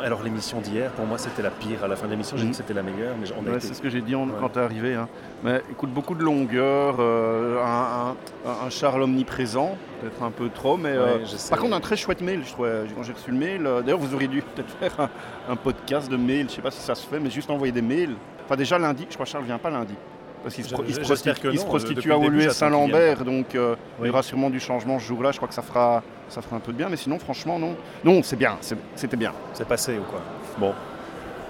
Alors l'émission d'hier, pour moi, c'était la pire. À la fin de l'émission, j'ai Mhm. dit que c'était la meilleure, mais on a Ouais, été- c'est ce que j'ai dit en- Mm. Ouais. quand t'es arrivé. hein. Mais écoute, beaucoup de longueur, euh, un, un- un Charles omniprésent, peut-être un peu trop, mais. euh, Ouais, je sais. par contre, un très chouette mail, je trouvais. Quand j'ai reçu le mail, euh, d'ailleurs, vous auriez dû peut-être faire un, un podcast de mail, je sais pas si ça se fait, mais juste envoyer des mails. Enfin, déjà lundi, je crois que Charles vient pas lundi. Parce qu'il se, Je- pro- il je- se j'espère prostitu- que il non, euh, se depuis prostitue le à début, Olué j'attends qu'il Saint-Lambert, donc euh, il Oui. y aura sûrement du changement ce jour-là. Je crois que ça fera, ça fera un peu de bien, mais sinon, franchement, non. Non, c'est bien, c'est- c'était bien. C'est passé ou quoi Bon.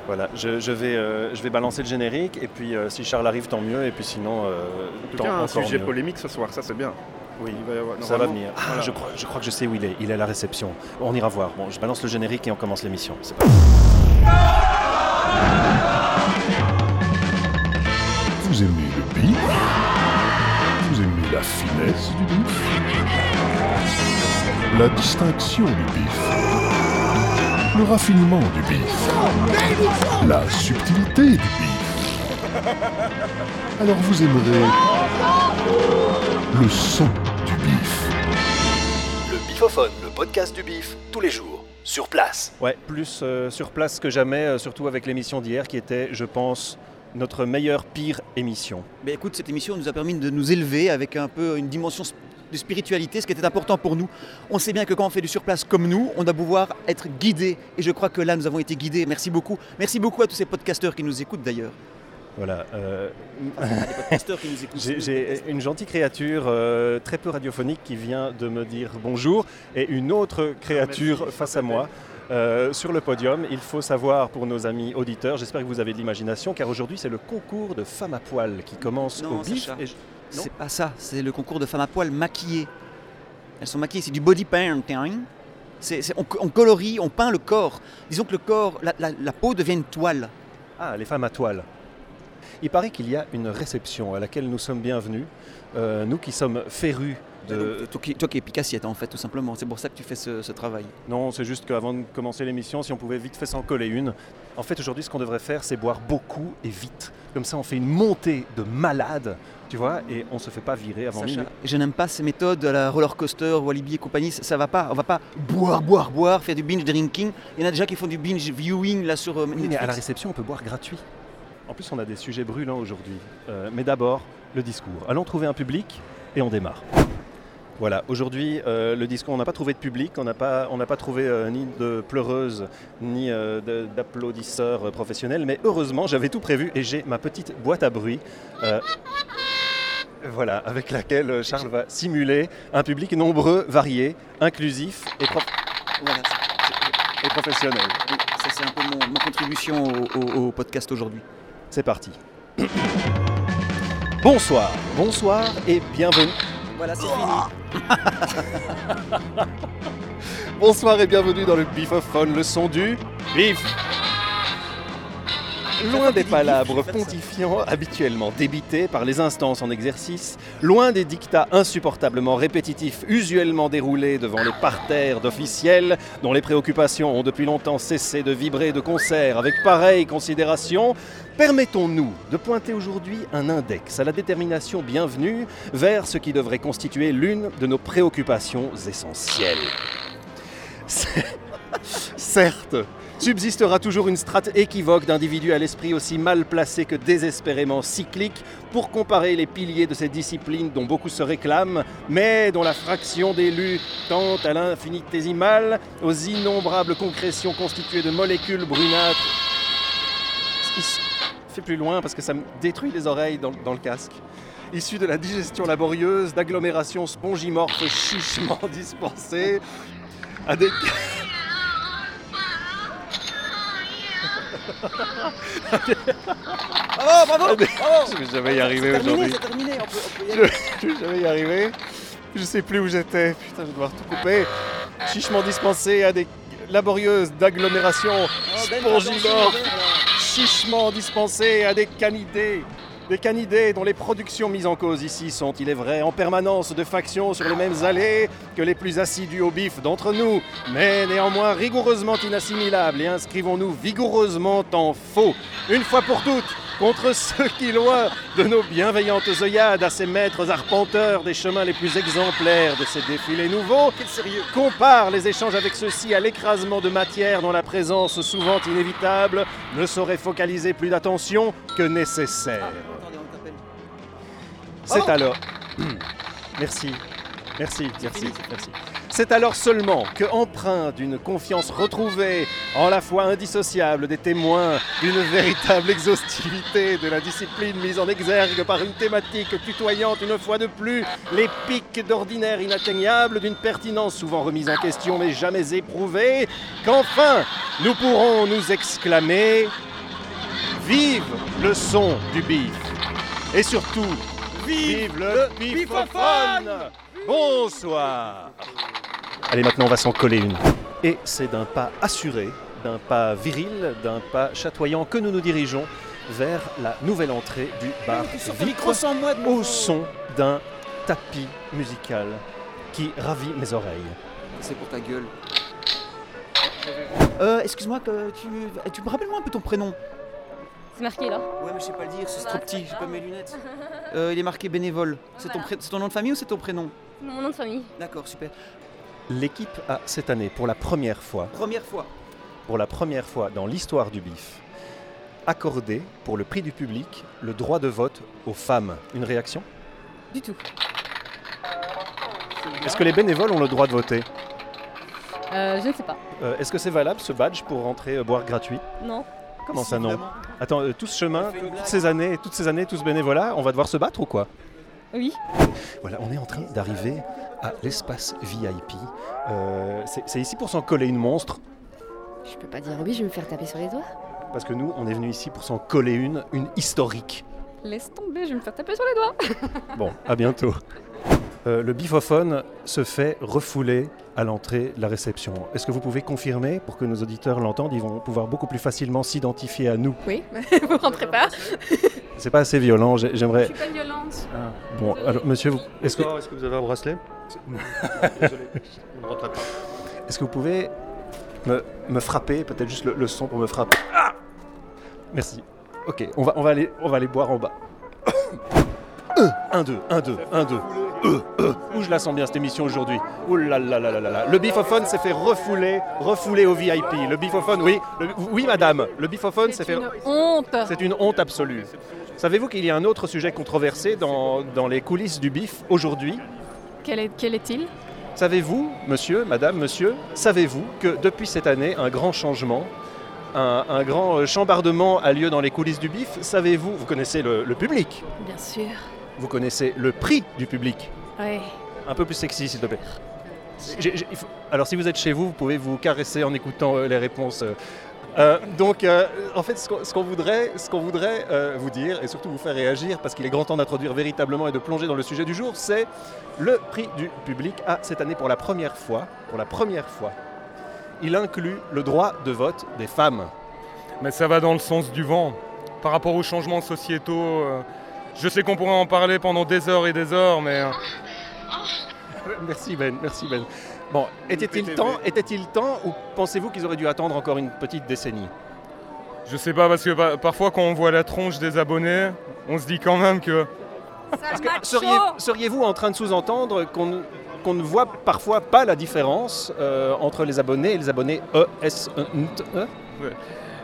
Voilà, je, je vais, euh, je vais balancer le générique et puis euh, si Charles arrive, tant mieux. Et puis sinon, euh, En tout tant cas, un encore sujet mieux. polémique ce soir, ça c'est bien. Oui, Il va y avoir- ça va normalement- venir. Ah, Voilà. je, crois, je crois que je sais où il est. Il est à la réception. On ira voir. Bon, je balance le générique et on commence l'émission. C'est parti. Vous aimez le bif Vous aimez la finesse du bif La distinction du bif Le raffinement du bif La subtilité du bif Alors vous aimerez le sang du bif. Le Bifophone, le podcast du bif, tous les jours, sur place. Ouais, plus euh, sur place que jamais, euh, surtout avec l'émission d'hier qui était, je pense, notre meilleure, pire émission. Mais écoute, cette émission nous a permis de nous élever avec un peu une dimension sp- de spiritualité, ce qui était important pour nous. On sait bien que quand on fait du surplace comme nous, on doit pouvoir être guidé. Et je crois que là, nous avons été guidés. Merci beaucoup. Merci beaucoup à tous ces podcasteurs qui nous écoutent d'ailleurs. Voilà. euh, À les podcasteurs qui nous écoutent. J'ai- J'ai une gentille créature euh, très peu radiophonique qui vient de me dire bonjour et une autre créature Ah, merci, face à moi. euh, sur le podium, il faut savoir pour nos amis auditeurs, j'espère que vous avez de l'imagination, car aujourd'hui c'est le concours de femmes à poil qui commence Non, au bif. Sacha. et je- Non. C'est pas ça, c'est le concours de femmes à poil maquillées. Elles sont maquillées, c'est du body painting. C'est- c'est- on, co- on colorie, on peint le corps. Disons que le corps, la, la- la peau devient une toile. Ah, les femmes à toile. Il paraît qu'il y a une réception à laquelle nous sommes bienvenus, euh, nous qui sommes férus de, Bah, Donc, toi, qui, toi qui es picassiette en fait, tout simplement. C'est pour ça que tu fais ce- ce travail. Non, c'est juste qu'avant de commencer l'émission, si on pouvait vite fait s'en coller une. En fait, aujourd'hui, ce qu'on devrait faire, c'est boire beaucoup et vite. Comme ça, on fait une montée de malade, tu vois, et on se fait pas virer avant Sacha, minuit. je n'aime pas ces méthodes, la roller coaster, Walibi et compagnie, ça, ça va pas. On va pas boire, boire, boire, faire du binge drinking. Il y en a déjà qui font du binge viewing là sur euh, Oui, mais à la Netflix. réception, on peut boire gratuit. En plus, on a des sujets brûlants aujourd'hui. Euh, mais d'abord, le discours. Allons trouver un public et on démarre. Voilà, aujourd'hui, euh, le discours, on n'a pas trouvé de public, on n'a pas, on n'a pas trouvé euh, ni de pleureuses, ni euh, de- d'applaudisseurs euh, professionnels, mais heureusement, j'avais tout prévu et j'ai ma petite boîte à bruit. euh, voilà, avec laquelle euh, Charles va simuler un public nombreux, varié, inclusif et, prof- Voilà, c'est- et professionnel. oui, ça c'est un peu mon, ma contribution au, au- au podcast aujourd'hui. C'est parti. Bonsoir, bonsoir et bienvenue. Voilà, c'est fini. Bonsoir et bienvenue dans le Bifophone, le son du bif. Loin des palabres pontifiant habituellement débitées par les instances en exercice, loin des dictats insupportablement répétitifs usuellement déroulés devant les parterres d'officiels dont les préoccupations ont depuis longtemps cessé de vibrer de concert avec pareille considération, permettons-nous de pointer aujourd'hui un index à la détermination bienvenue vers ce qui devrait constituer l'une de nos préoccupations essentielles. Certes, subsistera toujours une strate équivoque d'individus à l'esprit aussi mal placé que désespérément cyclique pour comparer les piliers de ces disciplines dont beaucoup se réclament, mais dont la fraction d'élus tend à l'infinitésimale, aux innombrables concrétions constituées de molécules brunâtres. Il s- Fais plus loin parce que ça me détruit les oreilles dans, dans le casque. Issus de la digestion laborieuse, d'agglomérations spongimorphes chichement dispensées, à des Bravo, bravo, bravo. Je vais jamais y arriver C'est terminé, aujourd'hui. c'est terminé. On peut- on peut y aller. Je vais jamais y arriver. Je sais plus où j'étais. Putain, je vais devoir tout couper. Chichement dispensé à des laborieuses d'agglomération. Oh, Ben, Spongibore. attention, alors. Chichement dispensé à des canidés. Des canidés dont les productions mises en cause ici sont, il est vrai, en permanence de factions sur les mêmes allées que les plus assidus au bif d'entre nous, mais néanmoins rigoureusement inassimilables et inscrivons-nous vigoureusement en faux. Une fois pour toutes, contre ceux qui, loin de nos bienveillantes œillades à ces maîtres arpenteurs des chemins les plus exemplaires de ces défilés nouveaux, Quel sérieux compare les échanges avec ceux-ci à l'écrasement de matière dont la présence souvent inévitable ne saurait focaliser plus d'attention que nécessaire. Attendez, on t'appelle. C'est Bravo. alors. Hmm. Merci. Merci, merci, fini, merci. C'est alors seulement que, empreint d'une confiance retrouvée en la foi indissociable des témoins, d'une véritable exhaustivité de la discipline mise en exergue par une thématique tutoyante une fois de plus, les pics d'ordinaire inatteignables d'une pertinence souvent remise en question mais jamais éprouvée, qu'enfin nous pourrons nous exclamer Vive le son du bif Et surtout, Vive le bifophone Bonsoir Allez, maintenant, on va s'en coller une. Et c'est d'un pas assuré, d'un pas viril, d'un pas chatoyant que nous nous dirigeons vers la nouvelle entrée du bar Vitre sans moi de au son d'un tapis musical qui ravit mes oreilles. C'est pour ta gueule. Euh, excuse-moi, que tu, tu me rappelles-moi un peu ton prénom C'est marqué là. Ouais, mais je sais pas le dire, c'est Bah, trop c'est petit, j'ai pas pas grave. mes lunettes. Euh, il est marqué bénévole. C'est ton, voilà. pré- c'est ton nom de famille ou c'est ton prénom Mon nom de famille. D'accord, super. L'équipe a cette année, pour la première fois, Première fois. pour la première fois dans l'histoire du bif, accordé pour le prix du public le droit de vote aux femmes. Une réaction Du tout. Est-ce que les bénévoles ont le droit de voter Euh, je ne sais pas. Euh, Est-ce que c'est valable ce badge pour rentrer euh, boire gratuit Non. Comment Si, ça non vraiment. Attends, euh, tout ce On chemin, fait une blague. toutes ces années, toutes ces années, tout ce bénévolat, on va devoir se battre ou quoi Oui. Voilà, on est en train d'arriver à l'espace VIP. Euh, c'est c'est ici pour s'en coller une monstre, Je peux pas dire oui, je vais me faire taper sur les doigts. parce que nous, on est venu ici pour s'en coller une, une historique. Laisse tomber, je vais me faire taper sur les doigts. Bon, à bientôt. Euh, le bifophone se fait refouler à l'entrée de la réception. Est-ce que vous pouvez confirmer pour que nos auditeurs l'entendent Ils vont pouvoir beaucoup plus facilement s'identifier à nous. Oui, vous rentrez pas. C'est pas assez violent, j'ai- j'aimerais. suis pas violente. Bon, alors monsieur, vous- est-ce que, Est-ce que vous avez un bracelet Désolé, on ne rentre pas. est-ce que vous pouvez me, me frapper, peut-être juste le, le son pour me frapper Ah Merci. Ok, on va, on, va aller, on va aller boire en bas. 1, 2, 1, 2, 1, 2. Euh, Où je la sens bien cette émission aujourd'hui Ouh là là là là là là. Le bifophone s'est fait refouler, refouler au VIP. Le bifophone, oui, le- oui madame, le bifophone s'est fait... Honte. C'est une honte absolue. Savez-vous qu'il y a un autre sujet controversé dans, dans les coulisses du bif aujourd'hui Quel est- quel est-il Savez-vous, monsieur, madame, monsieur, savez-vous que depuis cette année, un grand changement, un, un grand euh, chambardement a lieu dans les coulisses du BIF Savez-vous, vous connaissez le, le public, Bien sûr. vous connaissez le prix du public Ouais. Un peu plus sexy, s'il te plaît. J'ai- j'ai- il faut- Alors, si vous êtes chez vous, vous pouvez vous caresser en écoutant euh, les réponses. euh. Euh, donc, euh, en fait, ce qu'on ce qu'on voudrait, ce qu'on voudrait euh, vous dire, et surtout vous faire réagir, parce qu'il est grand temps d'introduire véritablement et de plonger dans le sujet du jour, c'est le prix du public a cette année pour la première fois, pour la première fois, il inclut le droit de vote des femmes. Mais ça va dans le sens du vent. Par rapport aux changements sociétaux, euh, je sais qu'on pourrait en parler pendant des heures et des heures, mais euh, Merci Ben, merci Ben. Bon, était-il temps, était-il temps, ou pensez-vous qu'ils auraient dû attendre encore une petite décennie je sais pas parce que pa- parfois quand on voit la tronche des abonnés, on se dit quand même que Seriez- Seriez-vous en train de sous-entendre qu'on ne- qu'on ne voit parfois pas la différence euh, entre les abonnés et les abonnés E, S, E, N, T, E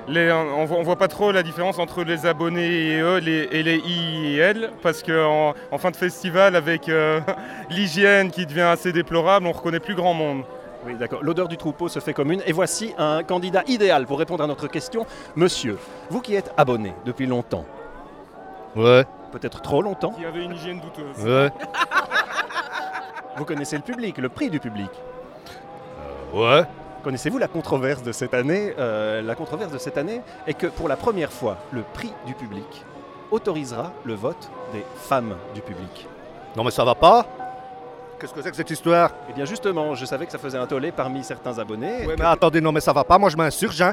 les, euh, on, voit, on voit pas trop la différence entre les abonnés et eux, les, et les I et L, parce que en, en fin de festival, avec euh, l'hygiène qui devient assez déplorable, on reconnaît plus grand monde. Oui, d'accord. L'odeur du troupeau se fait commune. Et voici un candidat idéal pour répondre à notre question. Monsieur, vous qui êtes abonné depuis longtemps, Ouais, peut-être trop longtemps, Il y avait une hygiène douteuse. ouais, vous connaissez le public, le prix du public. ouais. Connaissez-vous la controverse de cette année Euh, La controverse de cette année est que pour la première fois, le prix du public autorisera le vote des femmes du public. Non mais ça va pas Qu'est-ce que c'est que cette histoire Eh bien justement, je savais que ça faisait un tollé parmi certains abonnés. Ouais mais attendez, non mais ça va pas, moi je m'insurge, hein.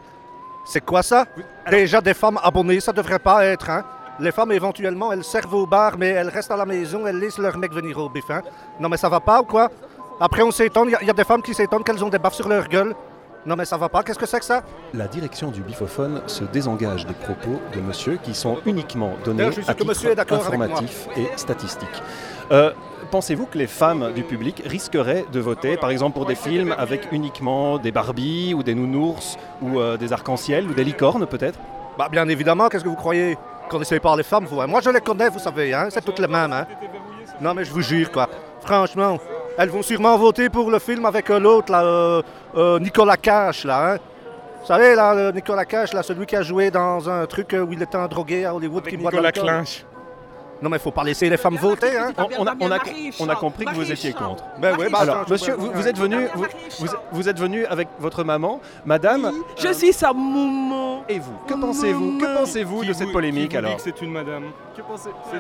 C'est quoi ça Déjà des femmes abonnées, ça devrait pas être, hein. Les femmes éventuellement, elles servent au bar, mais elles restent à la maison, elles laissent leur mec venir au bif, hein. Non mais ça va pas ou quoi Après on s'étonne, il y, a des femmes qui s'étonnent qu'elles ont des baffes sur leur gueule. Non mais ça va pas, qu'est-ce que c'est que ça La direction du bifophone se désengage des propos de monsieur qui sont uniquement D'ailleurs, donnés je suis à sûr que monsieur titre est d'accord avec moi. informatif et statistique. Euh, Pensez-vous que les femmes du public risqueraient de voter, par exemple, pour des films avec uniquement des Barbies ou des nounours ou euh, des arcs-en-ciel ou des licornes peut-être Bah bien évidemment, qu'est-ce que vous croyez Qu'on n'essaye pas les femmes, vous hein Moi je les connais, vous savez, hein c'est toutes les mêmes. Hein non mais je vous jure quoi, franchement, elles vont sûrement voter pour le film avec euh, l'autre, là, euh, euh, Nicolas Cage, là. Hein vous savez, là, le Nicolas Cage, là, celui qui a joué dans un truc euh, où il était un drogué à Hollywood qui boit de Euh, Nicolas l'alcool. Clinch. Non mais faut pas laisser les femmes voter, hein on, on a, on a- on a compris que vous étiez contre. Ben oui, bah, Oh. Alors, attends, je- monsieur, vous, vous êtes venu, vous, vous- vous êtes venu avec votre maman, madame, Je suis sa maman. et vous. Que pensez-vous Que pensez-vous de cette polémique alors C'est une madame. C'est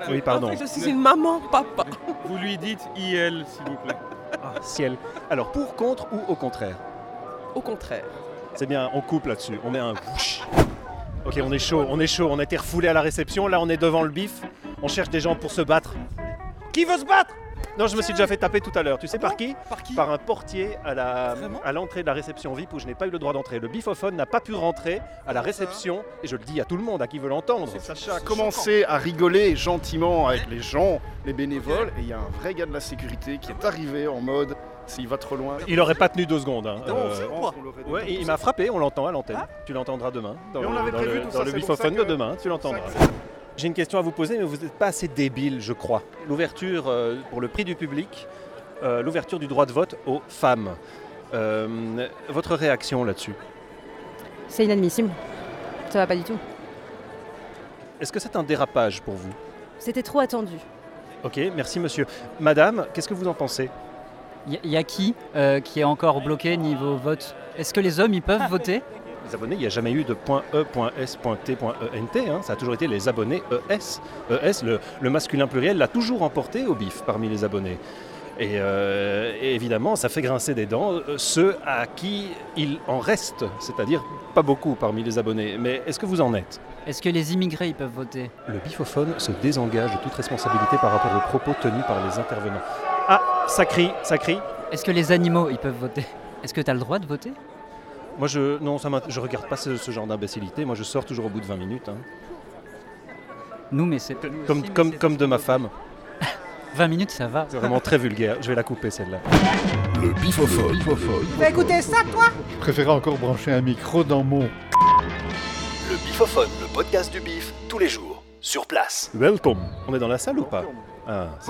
Oui, une- pardon. Je suis une maman, papa. Vous lui dites IL, s'il vous plaît. Ah, Ciel. Alors, pour, contre ou au contraire Au contraire. C'est bien, on coupe là-dessus. On met un whoosh. Ok, on est chaud, on est chaud. On a été refoulé à la réception. Là, on est devant le bif. On cherche des gens pour se battre. Qui veut se battre Non, je me suis déjà fait taper tout à l'heure. Tu sais par qui Ah Par qui Par un portier à la- Vraiment à l'entrée de la réception VIP où je n'ai pas eu le droit d'entrer. Le bifophone n'a pas pu rentrer à la réception. Et je le dis à tout le monde, à qui veut l'entendre. Sacha a commencé à rigoler gentiment avec les gens, les bénévoles, et il y a un vrai gars de la sécurité qui est arrivé en mode s'il va trop loin. Il aurait pas tenu deux secondes. hein. Non, Euh, je pense qu'on l'aurait ouais, dit. il m'a frappé, on l'entend à l'antenne. tu l'entendras demain. Dans Mais le, Ah. on l'avait dans prévu, le- tout dans ça, le c'est pour bifophone ça que- de demain, tu l'entendras. J'ai une question à vous poser, mais vous n'êtes pas assez débile, je crois. L'ouverture euh, pour le prix du public, euh, l'ouverture du droit de vote aux femmes. Euh, votre réaction là-dessus C'est inadmissible. Ça va pas du tout. Est-ce que c'est un dérapage pour vous C'était trop attendu. Ok, merci monsieur. Madame, qu'est-ce que vous en pensez Il y a qui euh, qui est encore bloqué niveau vote Est-ce que les hommes ils peuvent voter Les abonnés, il n'y a jamais eu de E, .e.s.t.ent, hein. ça a toujours été les abonnés E, ES. ES, le, le masculin pluriel, l'a toujours emporté au bif parmi les abonnés. Et, euh, et évidemment, ça fait grincer des dents euh, ceux à qui il en reste, c'est-à-dire pas beaucoup parmi les abonnés. Mais est-ce que vous en êtes Est-ce que les immigrés ils peuvent voter Le bifophone se désengage de toute responsabilité par rapport aux propos tenus par les intervenants. Ah, ça crie, ça crie. Est-ce que les animaux ils peuvent voter Est-ce que tu as le droit de voter Moi, je non, ça m'int- je regarde pas ce, ce genre d'imbécilité. Moi, je sors toujours au bout de 20 minutes, hein. Nous, mais c'est. nous comme, aussi, mais comme, c'est- comme de ma femme. 20 minutes, ça va. C'est vraiment très vulgaire. Je vais la couper celle-là. Le bifophone. Bah écoutez ça, toi Je préférais encore brancher un micro dans mon. Le Bifophone, le podcast du bif, tous les jours, sur place. Welcome. On est dans la salle ou pas Ah, c'est-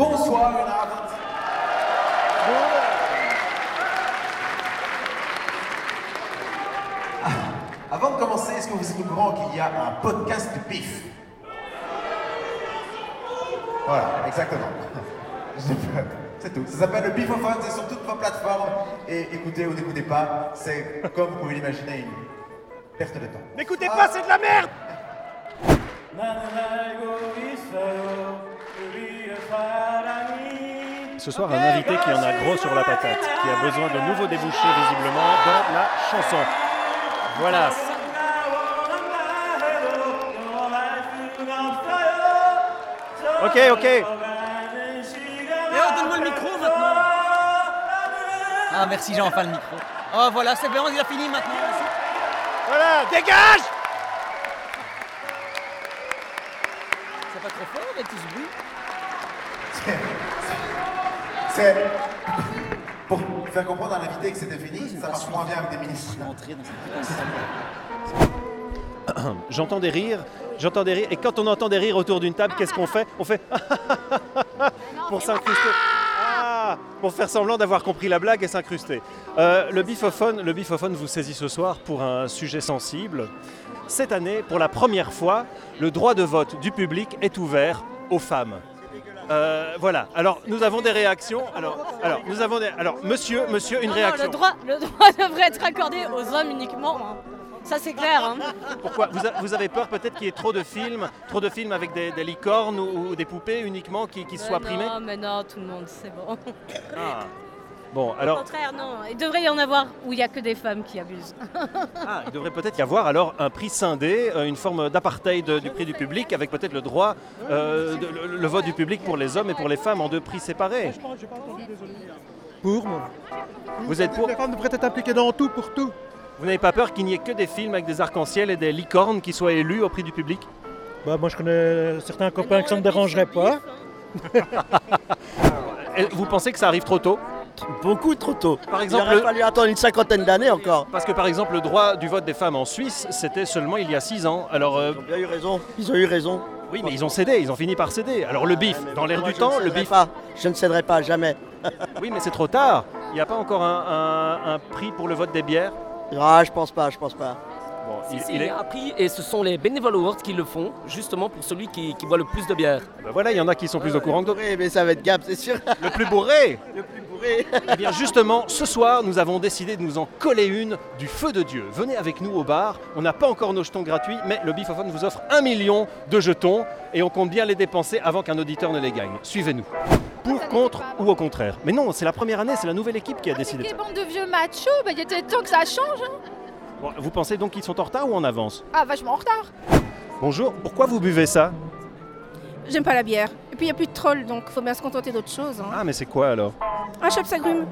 Avant de commencer, est-ce que vous êtes au courant qu'il y a un podcast du bif Voilà, exactement. J'ai peur. C'est tout. Ça s'appelle le Bifophone, c'est sur toutes vos plateformes. Et écoutez ou n'écoutez pas, c'est comme vous pouvez l'imaginer, une perte de temps. N'écoutez pas, c'est de la merde Ce soir, un invité qui en a gros sur la patate, qui a besoin de nouveaux débouchés visiblement dans la chanson. Voilà. Ok, ok. donne-moi le micro maintenant Ah, merci, j'ai enfin le micro. Oh, voilà, c'est bon, il a fini maintenant. Ah, Voilà, dégage C'est pas trop fort avec tout ce bruit C'est. Pour faire comprendre à l'invité que c'était fini, ça marche moins bien avec des ministres. J'entends des rires, j'entends des rires, et quand on entend des rires autour d'une table, qu'est-ce qu'on fait On fait pour s'incruster. Ah Pour faire semblant d'avoir compris la blague et s'incruster. Euh, le bifophone, le bifophone vous saisit ce soir pour un sujet sensible. Cette année, pour la première fois, le droit de vote du public est ouvert aux femmes. Euh, voilà. Alors, nous avons des réactions. Alors, alors, nous avons des. Alors, monsieur, monsieur, une Non, non, réaction. le, droit, le droit devrait être accordé aux hommes uniquement. hein. Ça, c'est clair. hein. Pourquoi vous, a- vous avez peur peut-être qu'il y ait trop de films, trop de films avec des, des licornes ou, ou des poupées uniquement qui, qui soient Mais primés Euh, Non, mais non, tout le monde, c'est bon. Ah. Bon, Au alors, contraire, non. Il devrait y en avoir où il n'y a que des femmes qui abusent. ah, il devrait peut-être y avoir alors un prix scindé, euh, une forme d'apartheid euh, du prix du public, avec peut-être le droit, euh, de- le, le vote du public pour les hommes et pour les femmes en deux prix séparés. désolé. Vous êtes pour femmes devraient être impliquées dans tout pour tout. Vous n'avez pas peur qu'il n'y ait que des films avec des arcs-en-ciel et des licornes qui soient élus au prix du public Bah, moi, je connais certains Bah, copains que ça ne me dérangerait pas. hein. Et Vous pensez que ça arrive trop tôt Beaucoup trop tôt. Par il exemple, aurait fallu attendre une cinquantaine d'années encore. Parce que par exemple, le droit du vote des femmes en Suisse, c'était seulement il y a six ans. Alors, ils ont bien eu raison. Ils ont eu raison. Oui, mais ils ont cédé, ils ont fini par céder. Alors le bif, dans l'air Moi, du je temps, ne le céderai bif. pas. Je ne céderai pas, jamais. Oui, mais c'est trop tard. Il n'y a pas encore un, un- un prix pour le vote des bières. Ah, je pense pas, je pense pas. Bon, Si, si, il y a un prix et ce sont les bénévoles awards qui le font, justement pour celui qui, qui boit le plus de bière. Ah, ben voilà, il y en a qui sont plus au courant que d'autres. mais Eh ben, ça va être Gab, c'est sûr. Le plus bourré Le plus bourré Eh bien justement, ce soir, nous avons décidé de nous en coller une du feu de Dieu. Venez avec nous au bar. On n'a pas encore nos jetons gratuits, mais le Bifophone vous offre un million de jetons et on compte bien les dépenser avant qu'un auditeur ne les gagne. Suivez-nous. Pour, contre ou au contraire. Mais non, c'est la première année, c'est la nouvelle équipe qui a décidé. de Des ça. bandes de vieux machos, bah, il était temps que ça change. hein. Bon, vous pensez donc qu'ils sont en retard ou en avance Ah, vachement en retard. Bonjour, pourquoi vous buvez ça J'aime pas la bière. Et puis il n'y a plus de troll, donc faut bien se contenter d'autre chose. hein. Ah, mais c'est quoi alors Un chops agrumes.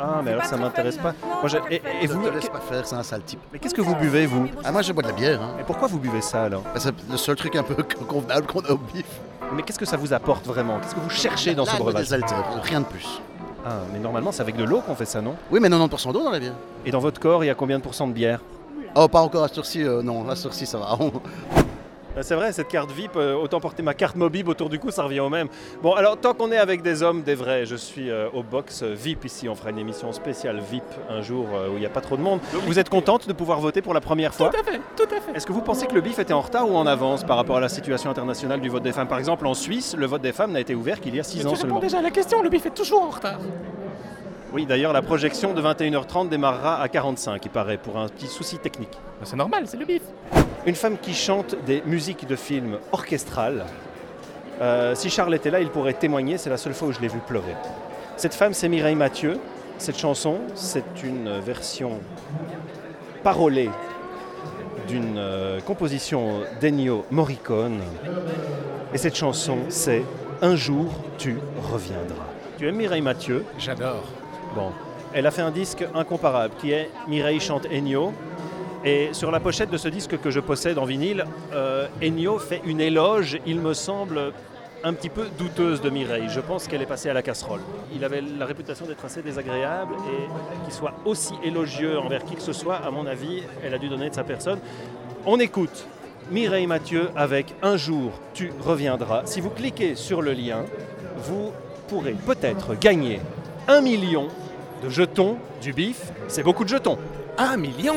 Ah, mais alors ça m'intéresse pas. Moi, j'ai- et, et vous, laisse pas faire, c'est un sale type. Mais qu'est-ce que vous buvez, vous Ah, moi, je bois de la bière. Et pourquoi vous buvez ça alors C'est le seul truc un peu convenable qu'on a au bif. Mais qu'est-ce que ça vous apporte vraiment Qu'est-ce que vous cherchez dans ce Là, breuvage des haltères, rien de plus. Ah, mais normalement, c'est avec de l'eau qu'on fait ça, non Oui, mais 90% d'eau dans la bière. Et dans votre corps, il y a combien de pourcents de bière Oh, pas encore à ce tour-ci, euh, non, à ce tour-ci, ça va. Euh, C'est vrai, cette carte VIP, euh, autant porter ma carte mobile autour du cou, ça revient au même. Bon, alors tant qu'on est avec des hommes, des vrais, je suis euh, au box euh, VIP ici. On fera une émission spéciale VIP un jour euh, où il n'y a pas trop de monde. Vous êtes contente de pouvoir voter pour la première fois Tout à fait, tout à fait. Est-ce que vous pensez que le BIF était en retard ou en avance par rapport à la situation internationale du vote des femmes Par exemple, en Suisse, le vote des femmes n'a été ouvert qu'il y a 6 ans seulement. à la question, le bif est toujours en retard. Oui, d'ailleurs, la projection de 21h30 démarrera à 45, il paraît, pour un petit souci technique. C'est normal, c'est le bif. Une femme qui chante des musiques de films orchestrales. Euh, si Charles était là, il pourrait témoigner, c'est la seule fois où je l'ai vue pleurer. Cette femme, c'est Mireille Mathieu. Cette chanson, c'est une version parolée d'une euh, composition d'Ennio Morricone. Et cette chanson, c'est Un jour, tu reviendras. Tu aimes Mireille Mathieu J'adore. Bon. Elle a fait un disque incomparable qui est Mireille chante Ennio. Et sur la pochette de ce disque que je possède en vinyle, euh, Ennio fait une éloge, il me semble, un petit peu douteuse de Mireille. Je pense qu'elle est passée à la casserole. Il avait la réputation d'être assez désagréable et qu'il soit aussi élogieux envers qui que ce soit, à mon avis, elle a dû donner de sa personne. On écoute Mireille Mathieu avec Un jour, tu reviendras. Si vous cliquez sur le lien, vous pourrez peut-être gagner un million de jetons du bif. C'est beaucoup de jetons. Un million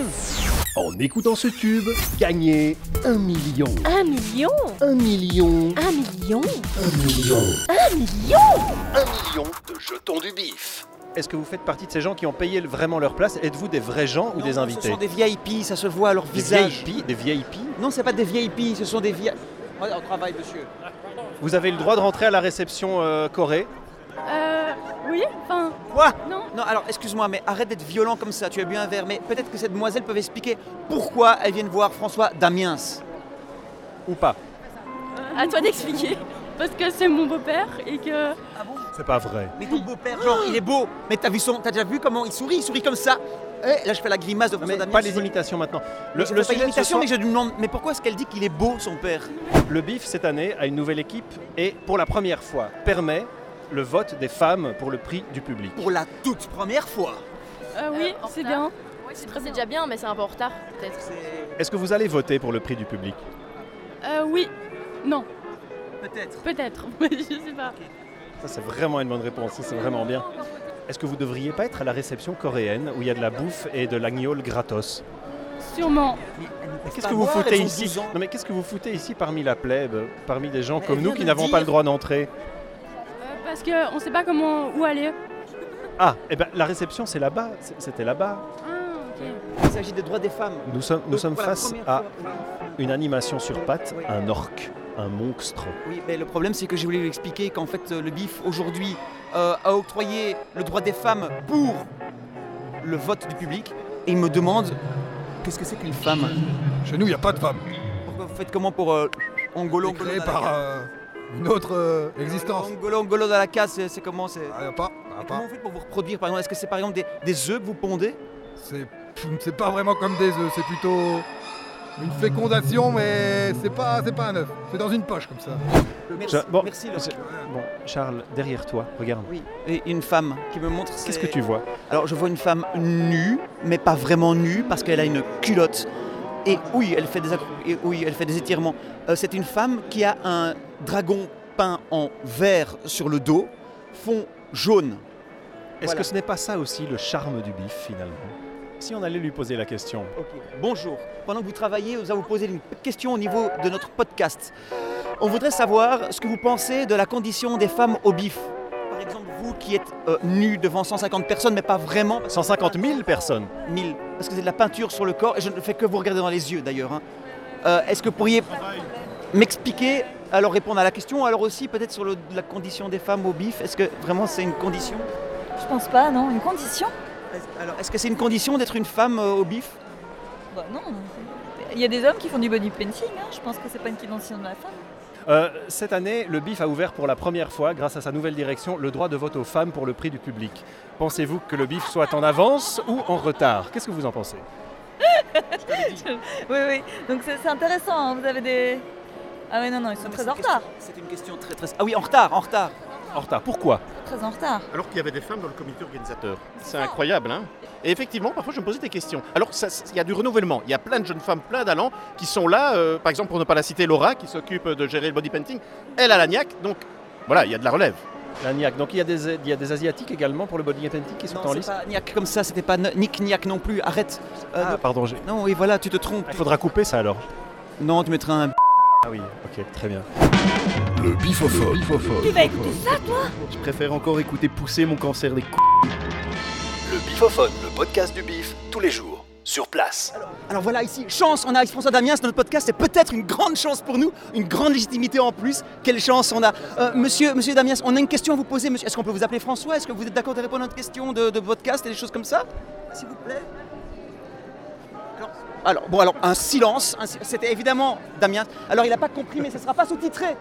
En écoutant ce tube, gagnez un million. Un million Un million Un million Un million Un million million de jetons du bif. Est-ce que vous faites partie de ces gens qui ont payé vraiment leur place Êtes-vous des vrais gens ou des invités Ce sont des VIP, ça se voit à leur Des visage. VIP, des VIP. Non, c'est pas des VIP, ce sont des VIP. On travaille, monsieur. Vous avez le droit de rentrer à la réception euh, Corée. Euh. Oui Enfin. Quoi Non. Non, alors excuse-moi, mais arrête d'être violent comme ça. Tu as bu un verre, mais peut-être que cette demoiselle peut expliquer pourquoi elle vient de voir François Damiens. Ou pas. À toi d'expliquer. Parce que c'est mon beau-père et que. Ah bon C'est pas vrai. Mais ton beau-père, genre, il est beau. Mais t'as vu son. T'as déjà vu comment il sourit Il sourit comme ça. Eh, là, je fais la grimace de François Damiens. Pas les imitations maintenant. Le, le pas sujet de ce l'imitation, soir- mais je lui demande, mais pourquoi est-ce qu'elle dit qu'il est beau, son père Le BIF cette année a une nouvelle équipe et pour la première fois permet le vote des femmes pour le prix du public. Pour la toute première fois. Euh, oui, c'est bien. C'est c'est déjà bien, mais c'est un peu en retard, peut-être. Est-ce que vous allez voter pour le prix du public Euh, oui. Non. Peut-être. Peut-être. Je sais pas. Ça c'est vraiment une bonne réponse, ça c'est vraiment bien. Est-ce que vous devriez pas être à la réception coréenne où il y a de la bouffe et de l'agnole gratos Sûrement. Qu'est-ce que vous foutez ici Non mais qu'est-ce que vous foutez ici parmi la plèbe, parmi des gens comme elle nous vient qui de n'avons pas dire- le droit d'entrer Euh, Parce qu'on sait pas comment où aller. Ah, et ben la réception c'est là-bas, C'est- c'était là-bas. Ah, Il s'agit des droits des femmes. Nous sommes, nous Donc, sommes pour la face première à fois. une animation sur pattes, un orque, un monstre. Oui, mais le problème, c'est que je voulais lui expliquer qu'en fait, euh, le BIF, aujourd'hui, euh, a octroyé le droit des femmes pour le vote du public. Et il me demande qu'est-ce que c'est qu'une femme Chez nous, il n'y a pas de femme. Pourquoi vous faites comment pour euh, Angolo C'est Angolo créé dans la par, case euh, une autre, euh, existence. Ah, bah. Angolo Angolo dans la case, c'est- c'est comment c'est pas. Et Comment vous faites pour vous reproduire par exemple Est-ce que c'est par exemple des, des œufs que vous pondez C'est C'est pas vraiment comme des œufs, c'est plutôt une fécondation, mais c'est pas, c'est pas un œuf. C'est dans une poche comme ça. Ja- bon, c'est- bon, Charles, derrière toi, regarde. Oui. Et une femme qui me montre. Qu'est-ce que tu vois Alors je vois une femme nue, mais pas vraiment nue parce qu'elle a une culotte. Et oui, elle fait des, accro- et oui, elle fait des étirements. Euh, c'est une femme qui a un dragon peint en vert sur le dos, fond jaune. Est-ce que ce n'est pas ça aussi le charme du bif finalement Si on allait lui poser la question. Bonjour. Pendant que vous travaillez, nous allons vous poser une question au niveau de notre podcast. On voudrait savoir ce que vous pensez de la condition des femmes au bif. Par exemple, vous qui êtes euh, nu devant 150 personnes, mais pas vraiment. 150 000 personnes 1000. Parce que c'est de la peinture sur le corps, et je ne fais que vous regarder dans les yeux d'ailleurs. hein. Euh, Est-ce que vous pourriez m'expliquer, alors répondre à la question, alors aussi peut-être sur le- la condition des femmes au bif Est-ce que vraiment c'est une condition Je pense pas, non. Une condition Alors, est-ce que c'est une condition d'être une femme euh, au bif Bah non. Il y a des hommes qui font du body painting, hein. je pense que c'est pas une condition de la femme. Euh, cette année, le BIF a ouvert pour la première fois, grâce à sa nouvelle direction, le droit de vote aux femmes pour le prix du public. Pensez-vous que le BIF soit en avance ou en retard Qu'est-ce que vous en pensez oui, oui. Donc c'est c'est intéressant, hein. vous avez des. Ah oui, non, non, ils sont très en retard. C'est une question très très. Ah oui, en retard, en retard. En retard, pourquoi Très en retard. Alors qu'il y avait des femmes dans le comité organisateur. C'est incroyable, hein Et effectivement, parfois, je me posais des questions. Alors, ça- ça- il y a du renouvellement. Il y a plein de jeunes femmes, plein d'allants qui sont là. euh, par exemple, pour ne pas la citer, Laura, qui s'occupe de gérer le body painting. Elle a l'agnac, donc voilà, il y a de la relève. L'agnac. Donc, il y, a des, il y a des Asiatiques également pour le body painting qui sont en c'est lice pas Niac comme ça, c'était pas N- Nick Niac non plus, arrête. Euh, Ah, donc- pardon, j'ai- Non, oui, voilà, tu te trompes. Il faudra couper ça alors Non, tu mettras un. Ah oui, ok, très bien. Le bifophone. Eh Tu ben, vas écouter ça, toi Je préfère encore écouter pousser mon cancer des c***. Le Bifophone, le podcast du Bif, tous les jours, sur place. Alors, alors voilà, ici, chance, on a François Damien, c'est notre podcast, c'est peut-être une grande chance pour nous, une grande légitimité en plus. Quelle chance on a. Euh, monsieur, monsieur Damien, on a une question à vous poser, monsieur. Est-ce qu'on peut vous appeler François Est-ce que vous êtes d'accord de répondre à notre question de, de podcast et des choses comme ça S'il vous plaît. Alors, bon, alors, un silence. un si- C'était évidemment Damien. Alors, il n'a pas compris, mais ce ne sera pas sous-titré.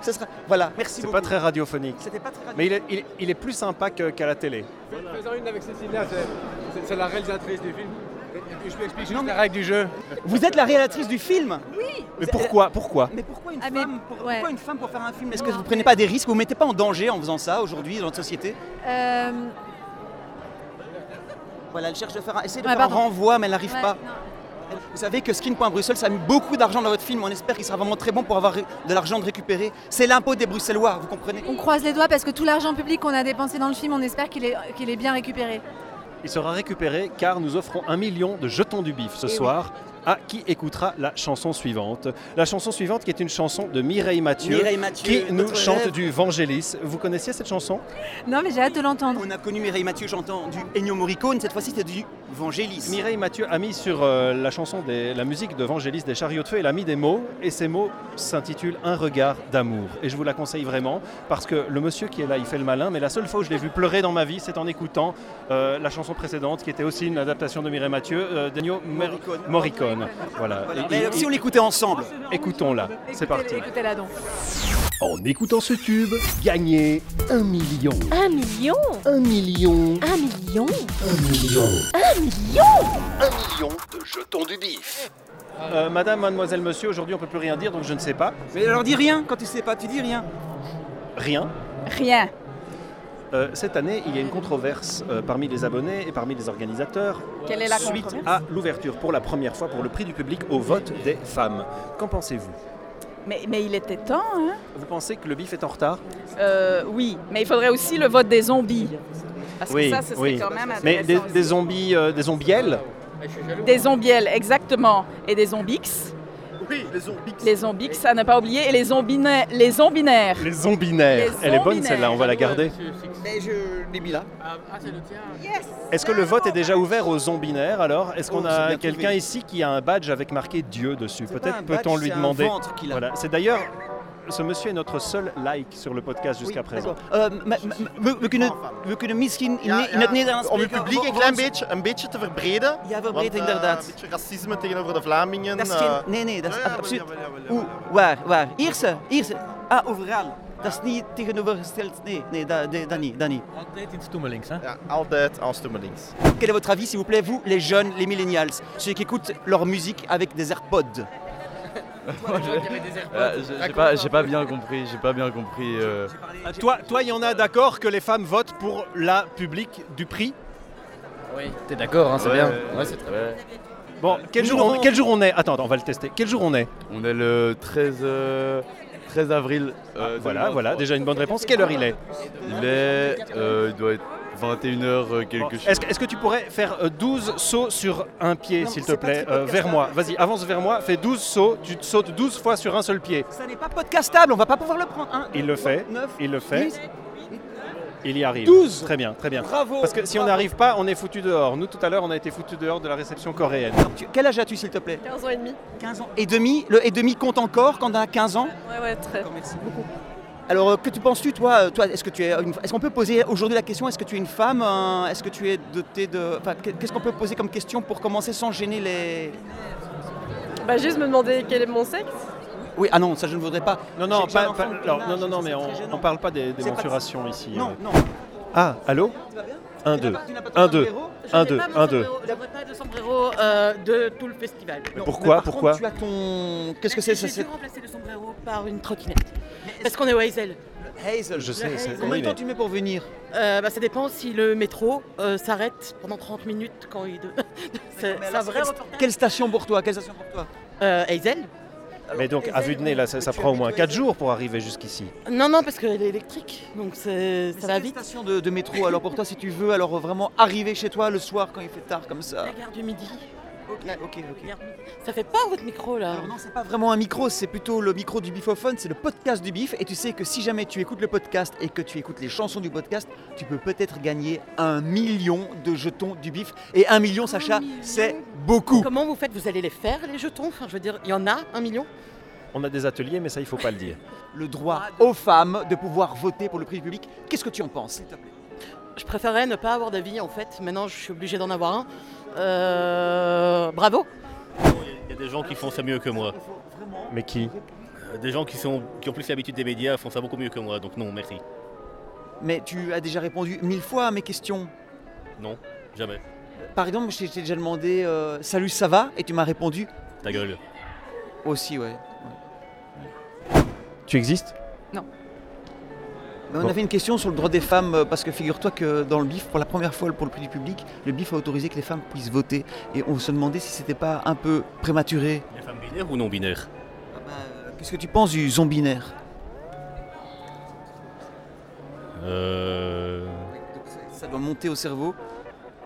Ce sera... Voilà, merci C'est beaucoup. pas très radiophonique. C'était pas très Mais il est, il est- il est plus sympa que- qu'à la télé. Faisons une avec Cécilia, c'est- c'est- c'est la réalisatrice du film. Et puis je peux expliquer juste la règle du jeu. Vous êtes la réalisatrice du film Oui Mais pourquoi Pourquoi Mais pourquoi Ah, une, femme, pour, pourquoi une femme pour faire un film Est-ce que vous ne prenez pas des risques Vous ne mettez pas en danger en faisant ça aujourd'hui dans notre société Euh, Voilà, elle cherche de faire un, essaie de Ouais, faire un pardon. renvoi, mais elle n'arrive Ouais, pas. Vous savez que Skin.Bruxelles, ça a mis beaucoup d'argent dans votre film. On espère qu'il sera vraiment très bon pour avoir ré- de l'argent de récupérer. C'est l'impôt des Bruxellois, vous comprenez On croise les doigts parce que tout l'argent public qu'on a dépensé dans le film, on espère qu'il est, qu'il est bien récupéré. Il sera récupéré car nous offrons un million de jetons du bif ce Eh oui. soir à qui écoutera la chanson suivante. La chanson suivante qui est une chanson de Mireille Mathieu, Mireille Mathieu, qui nous notre chante élève. du Vangelis. Vous connaissiez cette chanson Non, mais j'ai hâte de l'entendre. On a connu Mireille Mathieu, j'entends du Ennio Morricone. Cette fois-ci, c'est du Vangelis. Mireille Mathieu a mis sur euh, la chanson des- la musique de Vangelis des chariots de feu, elle a mis des mots et ces mots s'intitulent Un regard d'amour. Et je vous la conseille vraiment parce que le monsieur qui est là, il fait le malin, mais la seule fois où je l'ai vu pleurer dans ma vie, c'est en écoutant euh, la chanson précédente qui était aussi une adaptation de Mireille Mathieu, euh, d'Ennio Mer- Morricone. Voilà. Et- Mais et- si on l'écoutait ensemble Écoutons-la. C'est parti. Écoutez-la donc. En écoutant ce tube, gagnez un million. Un million Un million. Un million Un million. Un million Un million de jetons du bif. Euh, madame, mademoiselle, monsieur, aujourd'hui on peut plus rien dire, donc je ne sais pas. Mais alors dis rien quand tu sais pas, tu dis rien. Rien. Rien. Euh, cette année, il y a une controverse euh, parmi les abonnés et parmi les organisateurs Quelle est la suite Ah. controverse à l'ouverture pour la première fois pour le prix du public au vote des femmes. Qu'en pensez-vous Mais, mais il était temps, hein Vous pensez que le bif est en retard Euh, oui, mais il faudrait aussi le vote des zombies. Parce que ça, ce serait quand même Mais des, intéressant des zombies, euh, des zombielles aussi. Des zombiels, exactement. Et des zombix. Oui, les zombix. Les zombix, à ne pas oublier. Et les zombinaires. Les zombinaires. Les zombinaires. Les Elle est bonne zombinaires. celle-là, on va la garder. Mais je là. Ah, c'est le tien. Est-ce que le vote est déjà ouvert aux zombinaires alors Est-ce qu'on Oh, c'est a bien quelqu'un trouvé. ici qui a un badge avec marqué Dieu dessus C'est pas Peut-être un badge, peut-on lui c'est un demander. ventre qu'il a. Voilà, c'est d'ailleurs ce monsieur est notre seul like sur le podcast jusqu'à présent. Euh, ma- ma- ma- we- we kunnen- we kunnen misschien Ja, in ja, het Nederlands om het spreken, publiek voor- een voor klein ons- beetje, een beetje te verbreden. Ja, verbreden, Want, eh, inderdaad. Een beetje racisme tegenover de Vlamingen. Dat is eh, geen... Nee, nee, dat is Ja, ja, absoluut... jawel, jawel, jawel, Hoe? Waar? Waar? Ierse? Ierse? Ah, overal. Dat is niet tegenovergesteld. Nee, nee dat, dat, dat niet. Dat niet. Altijd iets Toemelings, hein? Ja, altijd als Toemelings. Quel est votre avis, s'il vous plaît, vous, les jeunes, les millennials, ceux qui écoutent leur musique avec des AirPods Euh, j'ai- J'ai pas, j'ai pas bien compris, j'ai pas bien compris. euh. Euh, Toi, toi, il y en a d'accord que les femmes votent pour la publique du prix Oui, t'es d'accord, hein, c'est Ouais, bien. ouais, Ouais, c'est très bien. Bon, quel jour, on, quel jour on est attends, attends, on va le tester. Quel jour on est On est le 13, euh, 13 avril. Ah, euh, Voilà, 2023. voilà, déjà une bonne réponse. Quelle heure il est Il est, euh, il doit être 21h euh, quelque chose. Est-ce que- est-ce que tu pourrais faire euh, 12 sauts sur un pied, s'il te plaît, euh, vers moi Vas-y, avance vers moi, fais 12 sauts, tu te sautes 12 fois sur un seul pied. Ça n'est pas podcastable, on va pas pouvoir le prendre. hein. Un, Il le fait, neuf, il le fait. dix. Il y arrive. 12. Très bien, très bien. Bravo, Parce que si on bravo. n'arrive pas, on est foutu dehors. Nous, tout à l'heure, on a été foutu dehors de la réception coréenne. Tu- Quel âge as-tu, s'il te plaît 15 ans et demi. 15 ans. Et demi, le et demi compte encore quand on a 15 ans Ouais, ouais, très. merci beaucoup. Alors, euh, que tu penses-tu, toi, euh, toi Est-ce que tu es, une- est-ce qu'on peut poser aujourd'hui la question Est-ce que tu es une femme euh, Est-ce que tu es dotée de, enfin, que- qu'est-ce qu'on peut poser comme question pour commencer sans gêner les Bah, juste me demander quel est mon sexe. Oui, ah non, ça je ne voudrais pas. Non, non, J'ai- j'ai pas- un enfant pas- de alors, ton non, âge, non, non, mais on, on parle pas des, des C'est pas- mensurations ici. Non, euh. non. Ah, allô 1, 2, 1, 2, 1, 2, 1, 2. Je n'aurai pas de sombrero euh, de tout le festival. Mais pourquoi, pourquoi tu as ton. Qu'est-ce que c'est ça, J'ai c'est- dû remplacer le sombrero par une trottinette. Parce qu'on est au Hazel. Hazel, Je sais, c'est- Combien oui, de temps mais- tu mets pour venir Euh, bah, ça dépend si le métro euh, s'arrête pendant 30 minutes quand il. de- c'est c'est un vrai reportage. Quelle station pour toi Quelle station pour toi Euh, Hazel Mais donc, à vue de nez, là, ça, ça prend au moins 4 jours pour arriver jusqu'ici. Non, non, parce qu'elle est électrique, donc c'est- ça va Quelle vite. station de, de métro Alors pour toi, si tu veux, alors vraiment arriver chez toi le soir quand il fait tard comme ça. La gare du midi. Ok, ok, ok. Ça fait pas votre micro là. non, c'est pas vraiment un micro, c'est plutôt le micro du bifophone, c'est le podcast du bif. Et tu sais que si jamais tu écoutes le podcast et que tu écoutes les chansons du podcast, tu peux peut-être gagner un million de jetons du bif. Et un million, Sacha, c'est beaucoup. Comment vous faites Vous allez les faire les jetons Enfin, je veux dire, il y en a un million. On a des ateliers, mais ça, il faut pas le dire. le droit aux femmes de pouvoir voter pour le prix public. Qu'est-ce que tu en penses, s'il te plaît Je préférais ne pas avoir d'avis en fait. Maintenant, je suis obligée d'en avoir un. Euh, bravo. Il y a des gens qui font ça mieux que moi. Mais qui Euh, Des gens qui, sont, qui ont plus l'habitude des médias font ça beaucoup mieux que moi, donc non, merci. Mais tu as déjà répondu mille fois à mes questions. Non, jamais. Par exemple, je t'ai- je t'ai déjà demandé euh, Salut, ça va Et tu m'as répondu Ta gueule. Aussi, ouais. Tu existes Non. Mais on Bon. avait une question sur le droit des femmes, euh, parce que figure-toi que dans le BIF, pour la première fois pour le prix du public, le BIF a autorisé que les femmes puissent voter. Et on se demandait si c'était pas un peu prématuré. Ah bah, euh, Les femmes binaires ou non binaires Qu'est-ce que tu penses du zombinaire Euh. Ça doit monter au cerveau.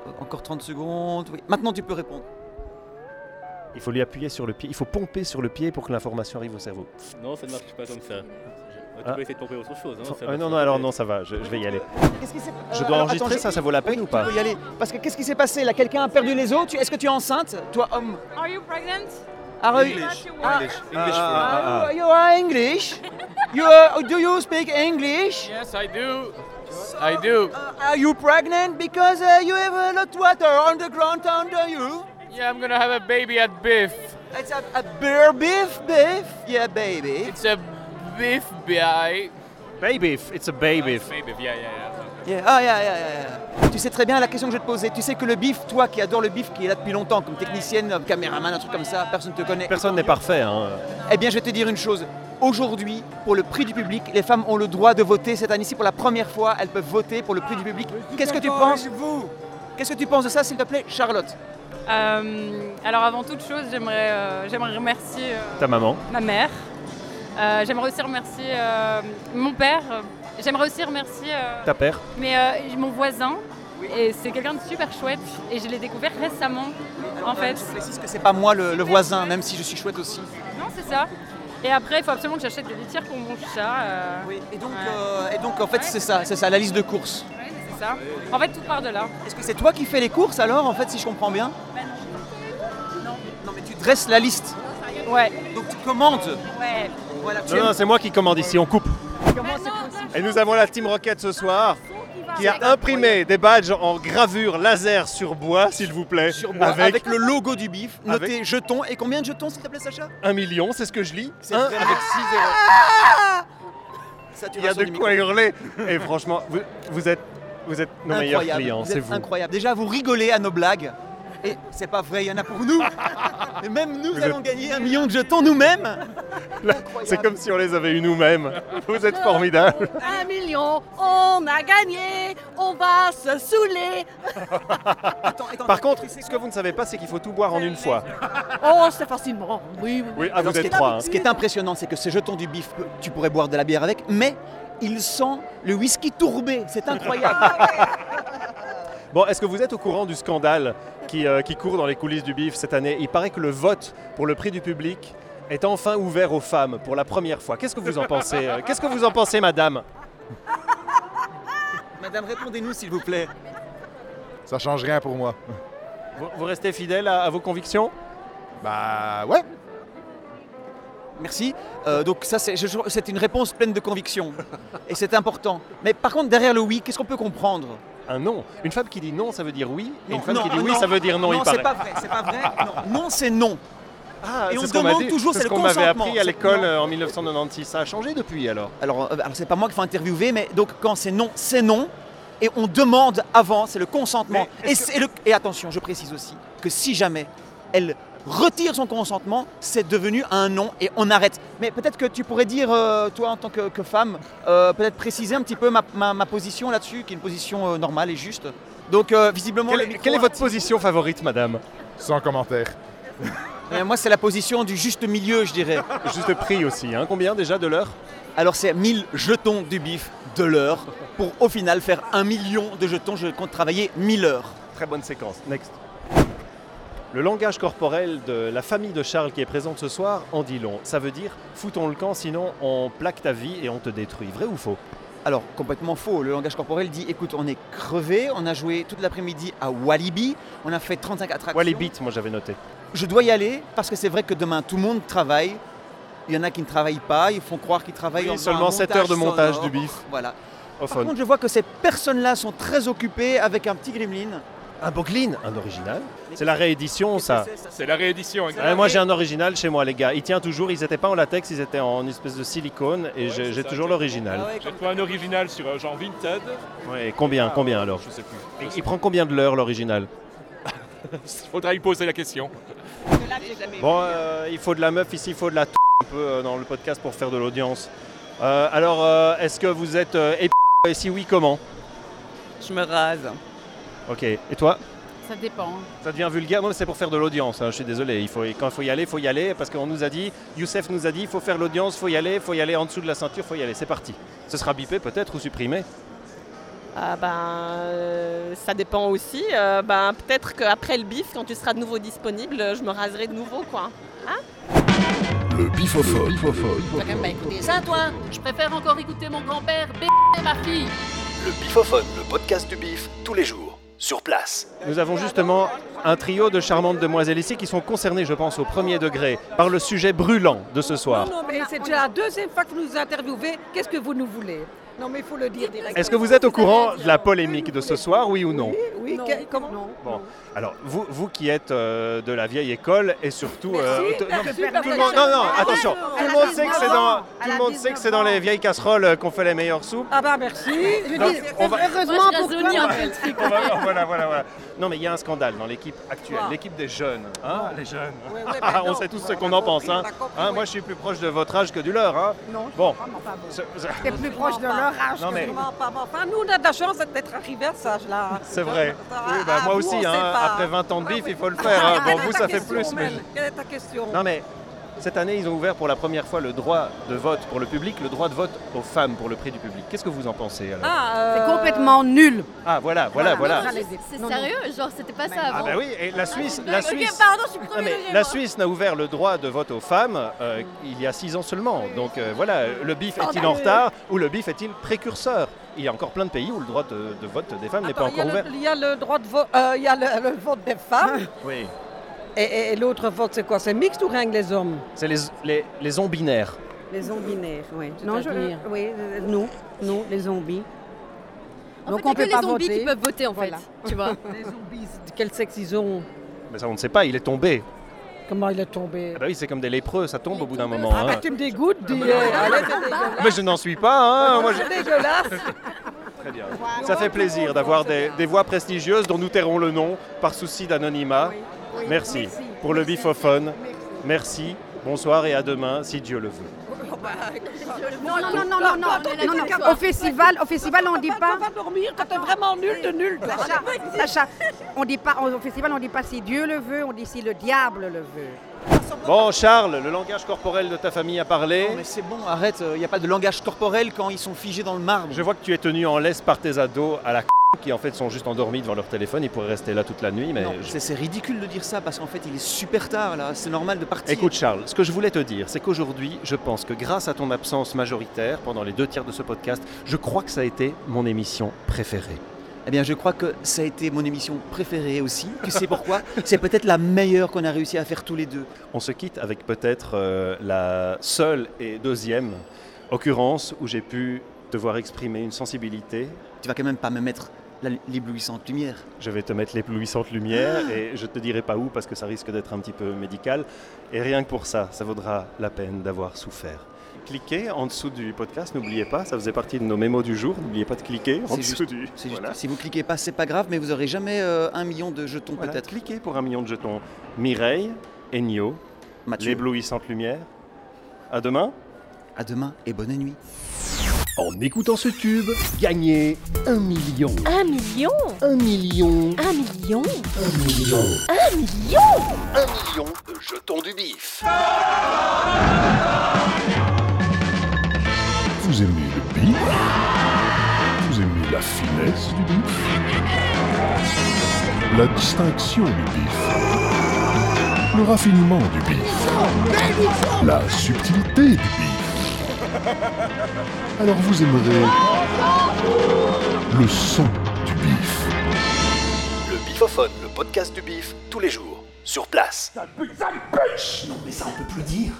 Euh, Encore 30 secondes. Oui. Maintenant, tu peux répondre. Il faut lui appuyer sur le pied, il faut pomper sur le pied pour que l'information arrive au cerveau. Non, ça ne marche pas comme ça. Euh, Tu Ah. peux essayer de trouver autre chose. Hein, ça Ah, va non, se non, faire. alors non, ça va, je, je vais y aller. Qu'est-ce qui s'est- Je euh, dois alors, enregistrer attends, ça, j'ai- ça vaut la peine ou pas Tu peux y aller. Parce que qu'est-ce qui s'est passé là Quelqu'un a perdu les os Tu- Est-ce que tu es enceinte Toi, homme Are you pregnant? Are you- English. Ah, English. ah, English ah, for- ah. You are English. You are, do you speak English? Yes, I do. I do. Euh, Are you pregnant? Because uh, you have a lot water on the ground under you. Yeah, I'm gonna have a baby at Biff. It's a, a beer beef beef. Yeah, baby. It's a beef bi. Baby, it's a baby. Baby, yeah, yeah, yeah. Yeah, Ah, yeah, yeah, yeah, yeah. Tu sais très bien la question que je vais te poser. Tu sais que le bif, toi qui adore le bif, qui est là depuis longtemps comme technicienne, euh, caméraman, un truc comme ça, personne ne te connaît. Personne n'est parfait. hein. Eh bien, je vais te dire une chose. Aujourd'hui, pour le prix du public, les femmes ont le droit de voter. Cette année-ci, pour la première fois, elles peuvent voter pour le prix du public. Qu'est-ce que tu d'accord penses Qu'est-ce que tu penses de ça, s'il te plaît, Charlotte Euh, alors avant toute chose, j'aimerais euh, j'aimerais remercier euh, Ta maman. ma mère. Euh, j'aimerais aussi remercier euh, mon père. J'aimerais aussi remercier euh, Ta père. mais, euh, mon voisin. Et c'est quelqu'un de super chouette. Et je l'ai découvert récemment, en fait. Je précise que c'est pas moi le, le voisin, même si je suis chouette aussi. Non, c'est ça. Et après, il faut absolument que j'achète des litières pour mon chat. Oui, et donc, Euh, et donc, en fait, c'est ça, c'est ça, la liste de courses. c'est ça. En fait, tout part de là. Est-ce que c'est toi qui fais les courses alors, en fait, si je comprends bien Non. Non, mais tu dresses la liste. Ouais. Donc tu commandes. Ouais. Voilà, Non, non, c'est moi qui commande ici, on coupe. Et nous avons la Team Rocket ce soir qui a imprimé des badges en gravure laser sur bois, s'il vous plaît. Sur bois, avec le logo du bif, noté Avec- jetons. Et combien de jetons, s'il te plaît, Sacha Un million, c'est ce que je lis. Un vraiment- avec six zéros. Ah Il y a saturation de du quoi micro. hurler. Et franchement, vous, vous êtes, vous êtes nos meilleurs Incroyable, clients, vous c'est êtes vous. Incroyable. Déjà, vous rigolez à nos blagues. Et c'est pas vrai, il y en a pour nous. Et même nous Vous allons êtes- gagner un million de jetons nous-mêmes. C'est comme si on les avait eu nous-mêmes. Vous êtes formidables. Un million, on a gagné, on va se saouler. Par contre, ce que vous ne savez pas, c'est qu'il faut tout boire en une fois. Oh, c'est facilement. Oui, Oui, ah, vous Alors, ce, qui êtes est, trois. hein. ce qui est impressionnant, c'est que ces jetons du bif, peu- tu pourrais boire de la bière avec, mais il sent le whisky tourbé. C'est incroyable. Bon, est-ce que vous êtes au courant du scandale qui, euh, qui court dans les coulisses du bif cette année Il paraît que le vote pour le prix du public est enfin ouvert aux femmes pour la première fois. Qu'est-ce que vous en pensez euh, Qu'est-ce que vous en pensez, madame Madame, répondez-nous s'il vous plaît. Ça change rien pour moi. vous, vous restez fidèle à, à vos convictions Bah ouais. Merci. Euh, donc ça, c'est je- je- c'est une réponse pleine de conviction. Et c'est important. Mais par contre, derrière le oui, qu'est-ce qu'on peut comprendre Un non. Une femme qui dit non, ça veut dire oui. et Non, une femme non, qui dit ah, oui, non. ça veut dire non, Non, il paraît. Ah, c'est pas vrai, c'est pas vrai. Non, non, c'est non. et C'est on ce se qu'on m'a demande dit, toujours, c'est ce le qu'on m'avait consentement. appris à C'est- l'école non. euh, en 1996. Ça a changé depuis alors Alors, euh, alors, c'est pas moi qu'il faut interviewer, mais donc quand c'est non, c'est non. Et on demande avant, c'est le consentement. Et, c'est le- et attention, je précise aussi que si jamais elle retire son consentement, c'est devenu un non et on arrête. Mais peut-être que tu pourrais dire, euh, toi en tant que, que femme, euh, peut-être préciser un petit peu ma, ma- ma position là-dessus, qui est une position euh, normale et juste. Donc euh, visiblement... Quelle le est- micro quelle est a- votre position favorite, madame Sans commentaire. Euh, moi, c'est la position du juste milieu, je dirais. Juste prix aussi. Hein. Combien déjà de l'heure Alors, c'est 1000 jetons du bif de l'heure pour au final faire un million de jetons. Je compte travailler 1000 heures. Très bonne séquence. Next. Le langage corporel de la famille de Charles qui est présente ce soir en dit long. Ça veut dire foutons le camp, sinon on plaque ta vie et on te détruit. Vrai ou faux Alors, complètement faux. Le langage corporel dit écoute, on est crevé, on a joué toute l'après-midi à Walibi, on a fait 35 attractions. Walibi, moi j'avais noté. Je dois y aller parce que c'est vrai que demain, tout le monde travaille. Il y en a qui ne travaillent pas, ils font croire qu'ils travaillent Oui, en faisant seulement un 7 heures de montage sonore. du bif. Voilà. Au Par fun. contre, je vois que ces personnes-là sont très occupées avec un petit gremlin. Un Boglin, un original. C'est la réédition, ça. C'est la réédition. Ah, moi j'ai un original chez moi, les gars. Il tient toujours. Ils n'étaient pas en latex, ils étaient en espèce de silicone et j'ai j'ai toujours l'original. Ah J'ai trouvé un original sur euh, genre Vinted. Ouais, et combien, combien alors Je sais plus. Il- Il prend combien de l'heure l'original Faudra lui poser la question. Bon, euh, il faut de la meuf ici, il faut de la t- un peu euh, dans le podcast pour faire de l'audience. Euh, alors, euh, est-ce que vous êtes euh, épi- Et si oui, comment Je me rase. Ok. Et toi Ça dépend. Ça devient vulgaire. Non, mais c'est pour faire de l'audience. hein, Je suis désolé. Il faut, quand il faut y aller, il faut y aller parce qu'on nous a dit, Youssef nous a dit, il faut faire l'audience, il faut y aller, il faut y aller en dessous de la ceinture, il faut y aller. C'est parti. Ce sera bipé peut-être ou supprimé. Ah ben, euh, ça dépend aussi. Euh, ben, peut-être qu'après le bif, quand tu seras de nouveau disponible, euh, je me raserai de nouveau, quoi. Hein Le bifophone. T'as quand même pas écouté ça, toi Je préfère encore écouter mon grand-père b****** ma fille Le Bifophone, le podcast du bif, tous les jours, sur place. Nous avons justement un trio de charmantes demoiselles ici qui sont concernées, je pense, au premier degré par le sujet brûlant de ce soir. Non, mais c'est déjà la deuxième fois que vous nous interviewez. Qu'est-ce que vous nous voulez Non, mais il faut le dire directement. Est-ce que vous êtes au courant de la polémique de ce soir, oui ou non Oui, que- comment Bon, alors vous, vous qui êtes euh, de la vieille école et surtout euh, Ah, t- non, merci, tout le merci. monde- non non Ah, attention, non, tout elle le a monde sait que c'est 19 dans ans. tout le Elle a monde sait que c'est dans les vieilles casseroles euh, qu'on fait les meilleures soupes. Ah bah merci. Je Donc, dis, on va- heureusement pour toi. On va voir, voilà voilà voilà. Non mais il y a un scandale dans l'équipe actuelle, Quoi Ah, l'équipe des jeunes, hein, les jeunes. Ouais, ouais, bah on non, sait tous ce on a qu'on en pense compris, hein. on a compris, Hein, ouais. Moi je suis plus proche de votre âge que du leur hein. Non, Bon. C'est Ce- ce- plus proche de leur âge Non, que mais- nous. Pas bon. Enfin, nous, on a de la chance d'être arrivés à ce âge-là. C'est vrai. Ah, Oui, bah, ah, moi vous, aussi, on sait hein, pas. après 20 ans de Ah, bif, oui. il faut le faire. hein. Quelle Bon, est vous, ta ça fait question, plus. mais- Mel Quelle est ta question Non, mais cette année, ils ont ouvert pour la première fois le droit de vote pour le public, le droit de vote aux femmes pour le prix du public. Qu'est-ce que vous en pensez alors Euh, Ah, C'est complètement nul. Ah, voilà, voilà, voilà. C'est sérieux Genre, c'était pas ça avant. Ah, bah oui, et la Suisse. c'est une La blague. Suisse... Ok, pardon, je suis premier Ah, mais degré, la moi. Suisse n'a ouvert le droit de vote aux femmes euh, il y a six ans seulement. Donc euh, voilà, le bif est-il en Scandaleux. retard ou le bif est-il précurseur Il y a encore plein de pays où le droit de, de vote des femmes n'est pas Attends, il y a encore le- ouvert. Il y a le droit de vote, euh, il y a le, le vote des femmes. Oui. Et, et- et l'autre vote, c'est quoi C'est mixte ou rien que les hommes C'est les, les, les binaires. Les zombies oui. C'est-à-dire Oui, euh, nous, nous, les zombies. En fait, il y a que les zombies qui peuvent voter, en fait. Tu vois les zombies, de quel sexe ils ont Mais ça, on ne sait pas, il est tombé. Comment il est tombé Ah bah oui, c'est comme des lépreux, ça tombe au bout d'un moment. Ah bah hein. tu me dégoûtes, dis. euh, allez, c'est dégueulasse. Mais je n'en suis pas, hein, moi, je- C'est dégueulasse. Très bien. Ça fait plaisir d'avoir des, des voix prestigieuses dont nous tairons le nom par souci d'anonymat. Merci pour le bifophone. Merci. Bonsoir et à demain si Dieu le veut. Non, non, non, non, non, non, non, non, Au festival, au festival, on dit pas. dormir quand t'es vraiment nul de nul. Sacha, Sacha, on dit pas, au festival, on dit pas si Dieu le veut, on dit si le diable le veut. Bon, Charles, le langage corporel de ta famille a parlé. mais c'est bon, arrête, euh, il n'y a pas de langage corporel quand ils sont figés dans le marbre. Je vois que tu es tenu en laisse par tes ados à la c*** qui en fait sont juste endormis devant leur téléphone. Ils pourraient rester là toute la nuit, mais Non, je- c'est- c'est ridicule de dire ça parce qu'en fait il est super tard là, c'est normal de partir. Écoute Charles, ce que je voulais te dire, c'est qu'aujourd'hui, je pense que grâce à ton absence majoritaire pendant les deux tiers de ce podcast, je crois que ça a été mon émission préférée. Eh bien je crois que ça a été mon émission préférée aussi, tu sais pourquoi C'est peut-être la meilleure qu'on a réussi à faire tous les deux. On se quitte avec peut-être euh, la seule et deuxième occurrence où j'ai pu devoir exprimer une sensibilité. Tu vas quand même pas me mettre l'éblouissante lumière. Je vais te mettre l'éblouissante lumière Ah. et je te dirai pas où parce que ça risque d'être un petit peu médical. Et rien que pour ça, ça vaudra la peine d'avoir souffert. Cliquez en dessous du podcast, n'oubliez pas, ça faisait partie de nos mémos du jour. N'oubliez pas de cliquer en C'est dessous juste- du. c'est juste- Voilà. Si vous cliquez pas, c'est pas grave, mais vous aurez jamais euh, un million de jetons Voilà, peut-être. Cliquez pour un million de jetons. Mireille, Ennio, l'éblouissante lumière. À demain. À demain et bonne nuit. En écoutant ce tube, gagnez un million. Un million Un million Un million Un million. Un million Un million de jetons du bif. Vous aimez le bif Vous aimez la finesse du bif La distinction du bif Le raffinement du bif La subtilité du bif Alors vous aimerez le son du bif Le bifophone, le podcast du bif, tous les jours, sur place. Putain de pêche Non mais ça on peut plus dire